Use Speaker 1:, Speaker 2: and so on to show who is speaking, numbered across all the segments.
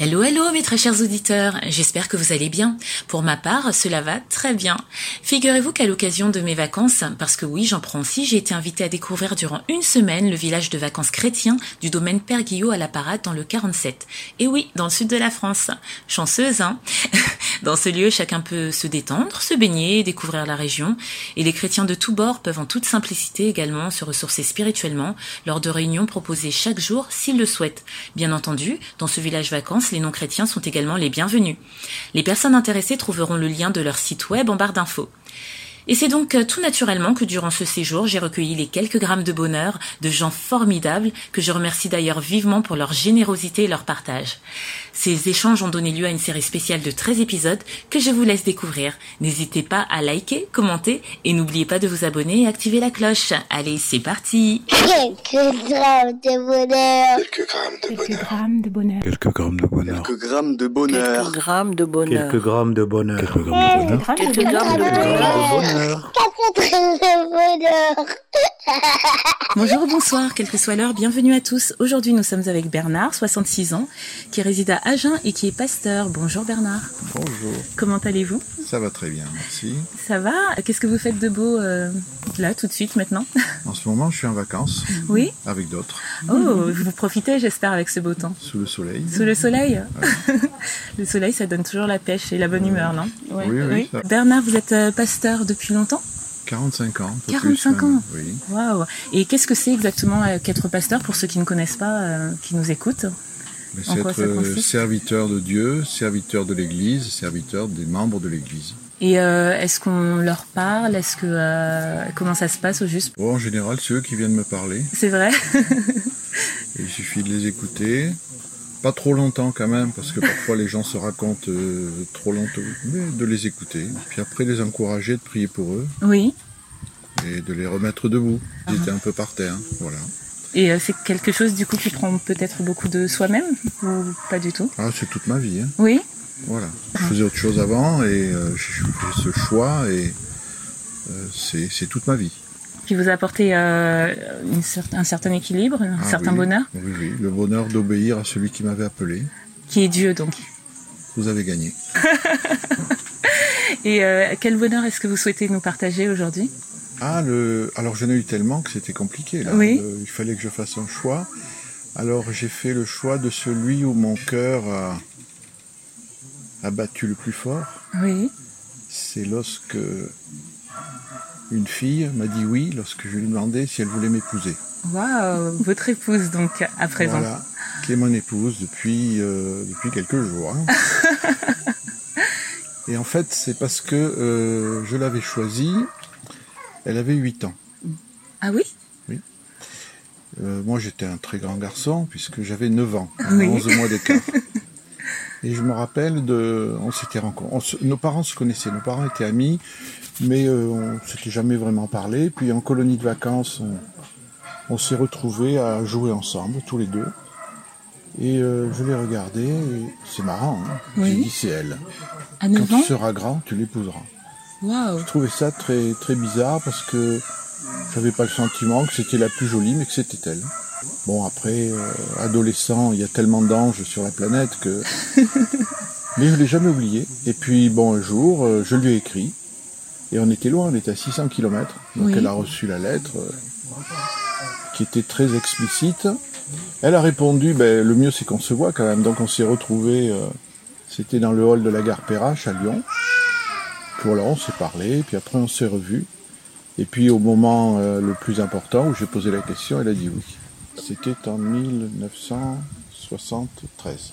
Speaker 1: Hello, hello, mes très chers auditeurs. J'espère que vous allez bien. Pour ma part, cela va très bien. Figurez-vous qu'à l'occasion de mes vacances, parce que oui, j'en prends aussi, j'ai été invitée à découvrir durant une semaine le village de vacances chrétien du domaine Père Guillot à la Parade dans le 47. Et oui, dans le sud de la France. Chanceuse, hein? Dans ce lieu, chacun peut se détendre, se baigner, découvrir la région. Et les chrétiens de tous bords peuvent en toute simplicité également se ressourcer spirituellement lors de réunions proposées chaque jour s'ils le souhaitent. Bien entendu, dans ce village vacances, les non-chrétiens sont également les bienvenus. Les personnes intéressées trouveront le lien de leur site web en barre d'infos. Et c'est donc euh, tout naturellement que durant ce séjour, j'ai recueilli les quelques grammes de bonheur de gens formidables que je remercie d'ailleurs vivement pour leur générosité et leur partage. Ces échanges ont donné lieu à une série spéciale de 13 épisodes que je vous laisse découvrir. N'hésitez pas à liker, commenter et n'oubliez pas de vous abonner et activer la cloche. Allez, c'est parti
Speaker 2: Quelques grammes de bonheur.
Speaker 3: Quelques grammes de
Speaker 4: Quelques
Speaker 3: bonheur.
Speaker 4: grammes de bonheur.
Speaker 5: Quelques grammes de bonheur.
Speaker 3: Quelques grammes de bonheur.
Speaker 6: grammes de bonheur.
Speaker 7: Quelques grammes de bonheur.
Speaker 5: Quelques grammes de bonheur.
Speaker 4: Grammes de
Speaker 6: Quelques grammes de
Speaker 4: bonheur.
Speaker 2: Quatre grammes de bonheur.
Speaker 1: Bonjour ou bonsoir, quelle que soit l'heure, bienvenue à tous. Aujourd'hui, nous sommes avec Bernard, 66 ans, qui réside à Agen et qui est pasteur. Bonjour Bernard,
Speaker 8: Bonjour,
Speaker 1: comment allez-vous
Speaker 8: ça va très bien, merci.
Speaker 1: Ça va Qu'est-ce que vous faites de beau euh, là, tout de suite, maintenant
Speaker 8: En ce moment, je suis en vacances
Speaker 1: Oui
Speaker 8: avec d'autres,
Speaker 1: Oh, vous profitez, j'espère, avec ce beau temps.
Speaker 8: sous le soleil.
Speaker 1: Sous le soleil Le soleil, ça donne toujours la pêche et la bonne humeur, non
Speaker 8: Oui, oui, ça-
Speaker 1: Bernard, vous êtes euh, pasteur depuis longtemps
Speaker 8: 45 ans. un peu
Speaker 1: 45
Speaker 8: plus, même.
Speaker 1: ans.
Speaker 8: Oui.
Speaker 1: Waouh Et qu'est-ce que c'est exactement euh, qu'être pasteur, pour ceux qui ne connaissent pas, euh, qui nous écoutent
Speaker 8: Mais
Speaker 1: En
Speaker 8: c'est
Speaker 1: quoi
Speaker 8: être
Speaker 1: ça consiste
Speaker 8: euh, serviteur de Dieu, serviteur de l'Église, serviteur des membres de l'Église.
Speaker 1: Et euh, est-ce qu'on leur parle Est-ce que euh, comment ça se passe au juste
Speaker 8: Bon, en général, c'est eux qui viennent me parler.
Speaker 1: C'est vrai.
Speaker 8: Et il suffit de les écouter. Pas trop longtemps quand même, parce que parfois les gens se racontent euh, trop longtemps, mais de les écouter. Puis après, les encourager, de prier pour eux
Speaker 1: oui.
Speaker 8: et de les remettre debout. Ils
Speaker 1: Ah.
Speaker 8: étaient un peu par terre, hein. voilà.
Speaker 1: Et euh, c'est quelque chose du coup qui prend peut-être beaucoup de soi-même ou pas du tout
Speaker 8: Ah, c'est toute ma vie, hein.
Speaker 1: Oui.
Speaker 8: Voilà. Je faisais autre chose avant et euh, j'ai fait ce choix et euh, c'est c'est toute ma vie.
Speaker 1: Qui vous a apporté euh, une cer- un certain équilibre, un
Speaker 8: Ah
Speaker 1: certain
Speaker 8: oui.
Speaker 1: bonheur,
Speaker 8: Oui, oui. Le bonheur d'obéir à celui qui m'avait appelé.
Speaker 1: qui est Dieu donc.
Speaker 8: Vous avez gagné.
Speaker 1: Et euh, quel bonheur est-ce que vous souhaitez nous partager aujourd'hui
Speaker 8: Ah, le... alors j'en ai eu tellement que c'était compliqué. Là.
Speaker 1: Oui.
Speaker 8: Le- Il fallait que je fasse un choix. Alors j'ai fait le choix de celui où mon cœur a, a battu le plus fort.
Speaker 1: Oui.
Speaker 8: C'est lorsque une fille m'a dit oui lorsque je lui demandais si elle voulait m'épouser.
Speaker 1: Waouh, votre épouse donc à présent.
Speaker 8: Voilà, qui est mon épouse depuis, euh, depuis quelques jours. hein. Et en fait, c'est parce que euh, je l'avais choisie, elle avait 8 ans.
Speaker 1: Ah oui
Speaker 8: Euh, moi, j'étais un très grand garçon, puisque j'avais 9 ans,
Speaker 1: Ah Oui.
Speaker 8: 11 mois d'écart. Et je me rappelle de, on s'était rencontrés, on se- nos parents se connaissaient, nos parents étaient amis, mais euh, on s'était jamais vraiment parlé. Puis en colonie de vacances, on, on s'est retrouvés à jouer ensemble, tous les deux. Et euh, je l'ai regardé, et c'est marrant, hein.
Speaker 1: Oui.
Speaker 8: j'ai dit c'est elle.
Speaker 1: À
Speaker 8: Quand
Speaker 1: 9 ans
Speaker 8: tu seras grand, tu l'épouseras.
Speaker 1: Waouh.
Speaker 8: Je trouvais ça très, très bizarre parce que j'avais pas le sentiment que c'était la plus jolie, mais que c'était elle. Bon, après, euh, adolescent, il y a tellement d'anges sur la planète que. mais je l'ai jamais oublié. Et puis, bon, un jour, euh, je lui ai écrit. Et on était loin, on était à 600 km. Donc
Speaker 1: Oui.
Speaker 8: elle a reçu la lettre, euh, qui était très explicite. Elle a répondu, ben, le mieux c'est qu'on se voit quand même. Donc on s'est retrouvés, euh, c'était dans le hall de la gare Perrache à Lyon. Puis voilà, on s'est parlé, puis après on s'est revus. Et puis au moment euh, le plus important où j'ai posé la question, elle a dit oui. C'était en 1973.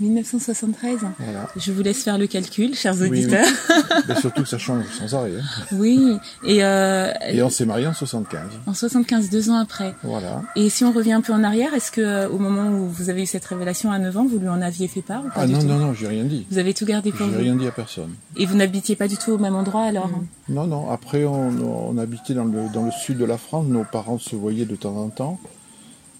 Speaker 1: 1973.
Speaker 8: Voilà.
Speaker 1: Je vous laisse faire le calcul, chers
Speaker 8: Oui, oui.
Speaker 1: auditeurs.
Speaker 8: Mais surtout que ça change sans arrêt. hein.
Speaker 1: Oui, et, euh,
Speaker 8: Et on s'est mariés en 75.
Speaker 1: en 75, deux ans après.
Speaker 8: Voilà.
Speaker 1: Et si on revient un peu en arrière, est-ce que euh, au moment où vous avez eu cette révélation à 9 ans, vous lui en aviez fait part ou pas
Speaker 8: Ah
Speaker 1: du
Speaker 8: non,
Speaker 1: tout
Speaker 8: non, non, j'ai rien dit.
Speaker 1: Vous avez tout gardé
Speaker 8: J'ai
Speaker 1: pour vous
Speaker 8: rien dit à personne.
Speaker 1: Et vous n'habitiez pas du tout au même endroit alors hein
Speaker 8: Non, non, après on, on habitait dans le, dans le sud de la France, nos parents se voyaient de temps en temps.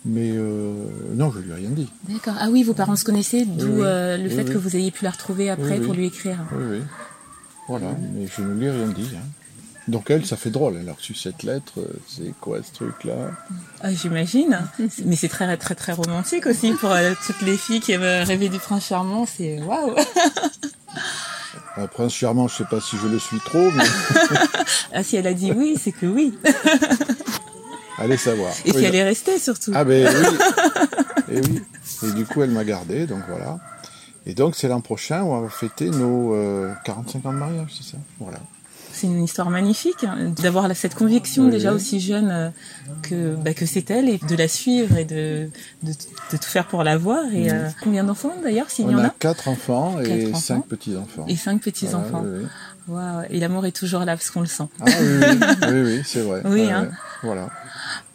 Speaker 8: Mais euh, non, je lui ai rien dit.
Speaker 1: D'accord. Ah oui, vos parents se connaissaient, d'où
Speaker 8: Oui, oui.
Speaker 1: euh, le
Speaker 8: Oui,
Speaker 1: fait
Speaker 8: oui.
Speaker 1: que vous ayez pu la retrouver après
Speaker 8: Oui,
Speaker 1: pour
Speaker 8: oui.
Speaker 1: lui écrire.
Speaker 8: Oui, oui. Voilà, mais je ne lui ai rien dit. hein. Donc elle, ça fait drôle. Elle a reçu cette lettre. euh, C'est quoi ce truc-là
Speaker 1: Ah, j'imagine. Mais c'est très, très, très romantique aussi pour euh, toutes les filles qui aiment rêver du prince charmant. C'est waouh.
Speaker 8: Un Ah, prince charmant, je sais pas si je le suis trop, mais
Speaker 1: Ah, si elle a dit oui, c'est que oui.
Speaker 8: allez savoir.
Speaker 1: Et
Speaker 8: Oui,
Speaker 1: si elle est restée surtout.
Speaker 8: Ah ben oui. Et oui. Et du coup, elle m'a gardé, donc voilà. Et donc, c'est l'an prochain où on va fêter nos euh, 45 ans de mariage, c'est ça Voilà.
Speaker 1: C'est une histoire magnifique hein, d'avoir la- cette conviction
Speaker 8: Oui.
Speaker 1: déjà aussi jeune euh, que bah, que c'est elle et de la suivre et de de, de tout faire pour l'avoir. Et euh, combien d'enfants d'ailleurs s'il y en
Speaker 8: On a
Speaker 1: a
Speaker 8: quatre enfants et
Speaker 1: Quatre enfants.
Speaker 8: cinq petits-enfants.
Speaker 1: Et cinq petits
Speaker 8: Voilà,
Speaker 1: enfants.
Speaker 8: oui, oui.
Speaker 1: Waouh. Et l'amour est toujours là parce qu'on le sent.
Speaker 8: Ah oui, oui, oui, oui, c'est vrai.
Speaker 1: Oui,
Speaker 8: Ouais,
Speaker 1: hein.
Speaker 8: ouais. Voilà.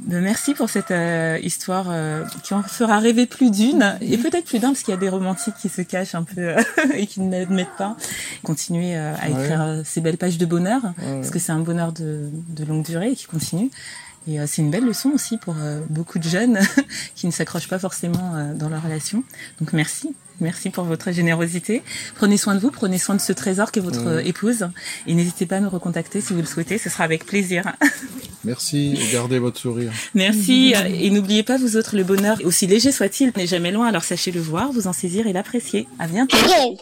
Speaker 1: Ben, merci pour cette euh, histoire euh, qui en fera rêver plus d'une et peut-être plus d'un parce qu'il y a des romantiques qui se cachent un peu euh, et qui ne l'admettent pas. Continuez euh, à
Speaker 8: Ouais.
Speaker 1: écrire euh, ces belles pages de bonheur
Speaker 8: Ouais,
Speaker 1: parce
Speaker 8: ouais.
Speaker 1: que c'est un bonheur de, de longue durée et qui continue. Et euh, c'est une belle leçon aussi pour euh, beaucoup de jeunes qui ne s'accrochent pas forcément euh, dans leur relation. Donc merci. Merci pour votre générosité. Prenez soin de vous, prenez soin de ce trésor qu'est votre
Speaker 8: Ouais.
Speaker 1: euh, épouse. Et n'hésitez pas à nous recontacter si vous le souhaitez, ce sera avec plaisir.
Speaker 8: Merci et gardez votre sourire.
Speaker 1: Merci euh, et n'oubliez pas vous autres le bonheur aussi léger soit-il n'est jamais loin alors sachez le voir, vous en saisir et l'apprécier. À bientôt.
Speaker 2: Quelques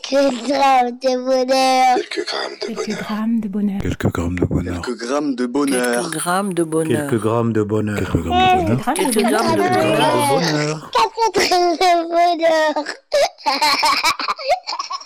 Speaker 2: grammes de bonheur.
Speaker 3: Quelques grammes de
Speaker 4: Quelques
Speaker 3: bonheur.
Speaker 4: grammes de bonheur.
Speaker 6: Quelques grammes de bonheur.
Speaker 3: Quelques grammes de bonheur.
Speaker 7: Quelques grammes de bonheur.
Speaker 9: Quelques grammes de bonheur.
Speaker 6: Quelques grammes de bonheur.
Speaker 4: grammes
Speaker 7: Quelques grammes de
Speaker 6: Quelques
Speaker 7: bonheur.
Speaker 6: grammes de bonheur.
Speaker 2: Quatre grammes de bonheur.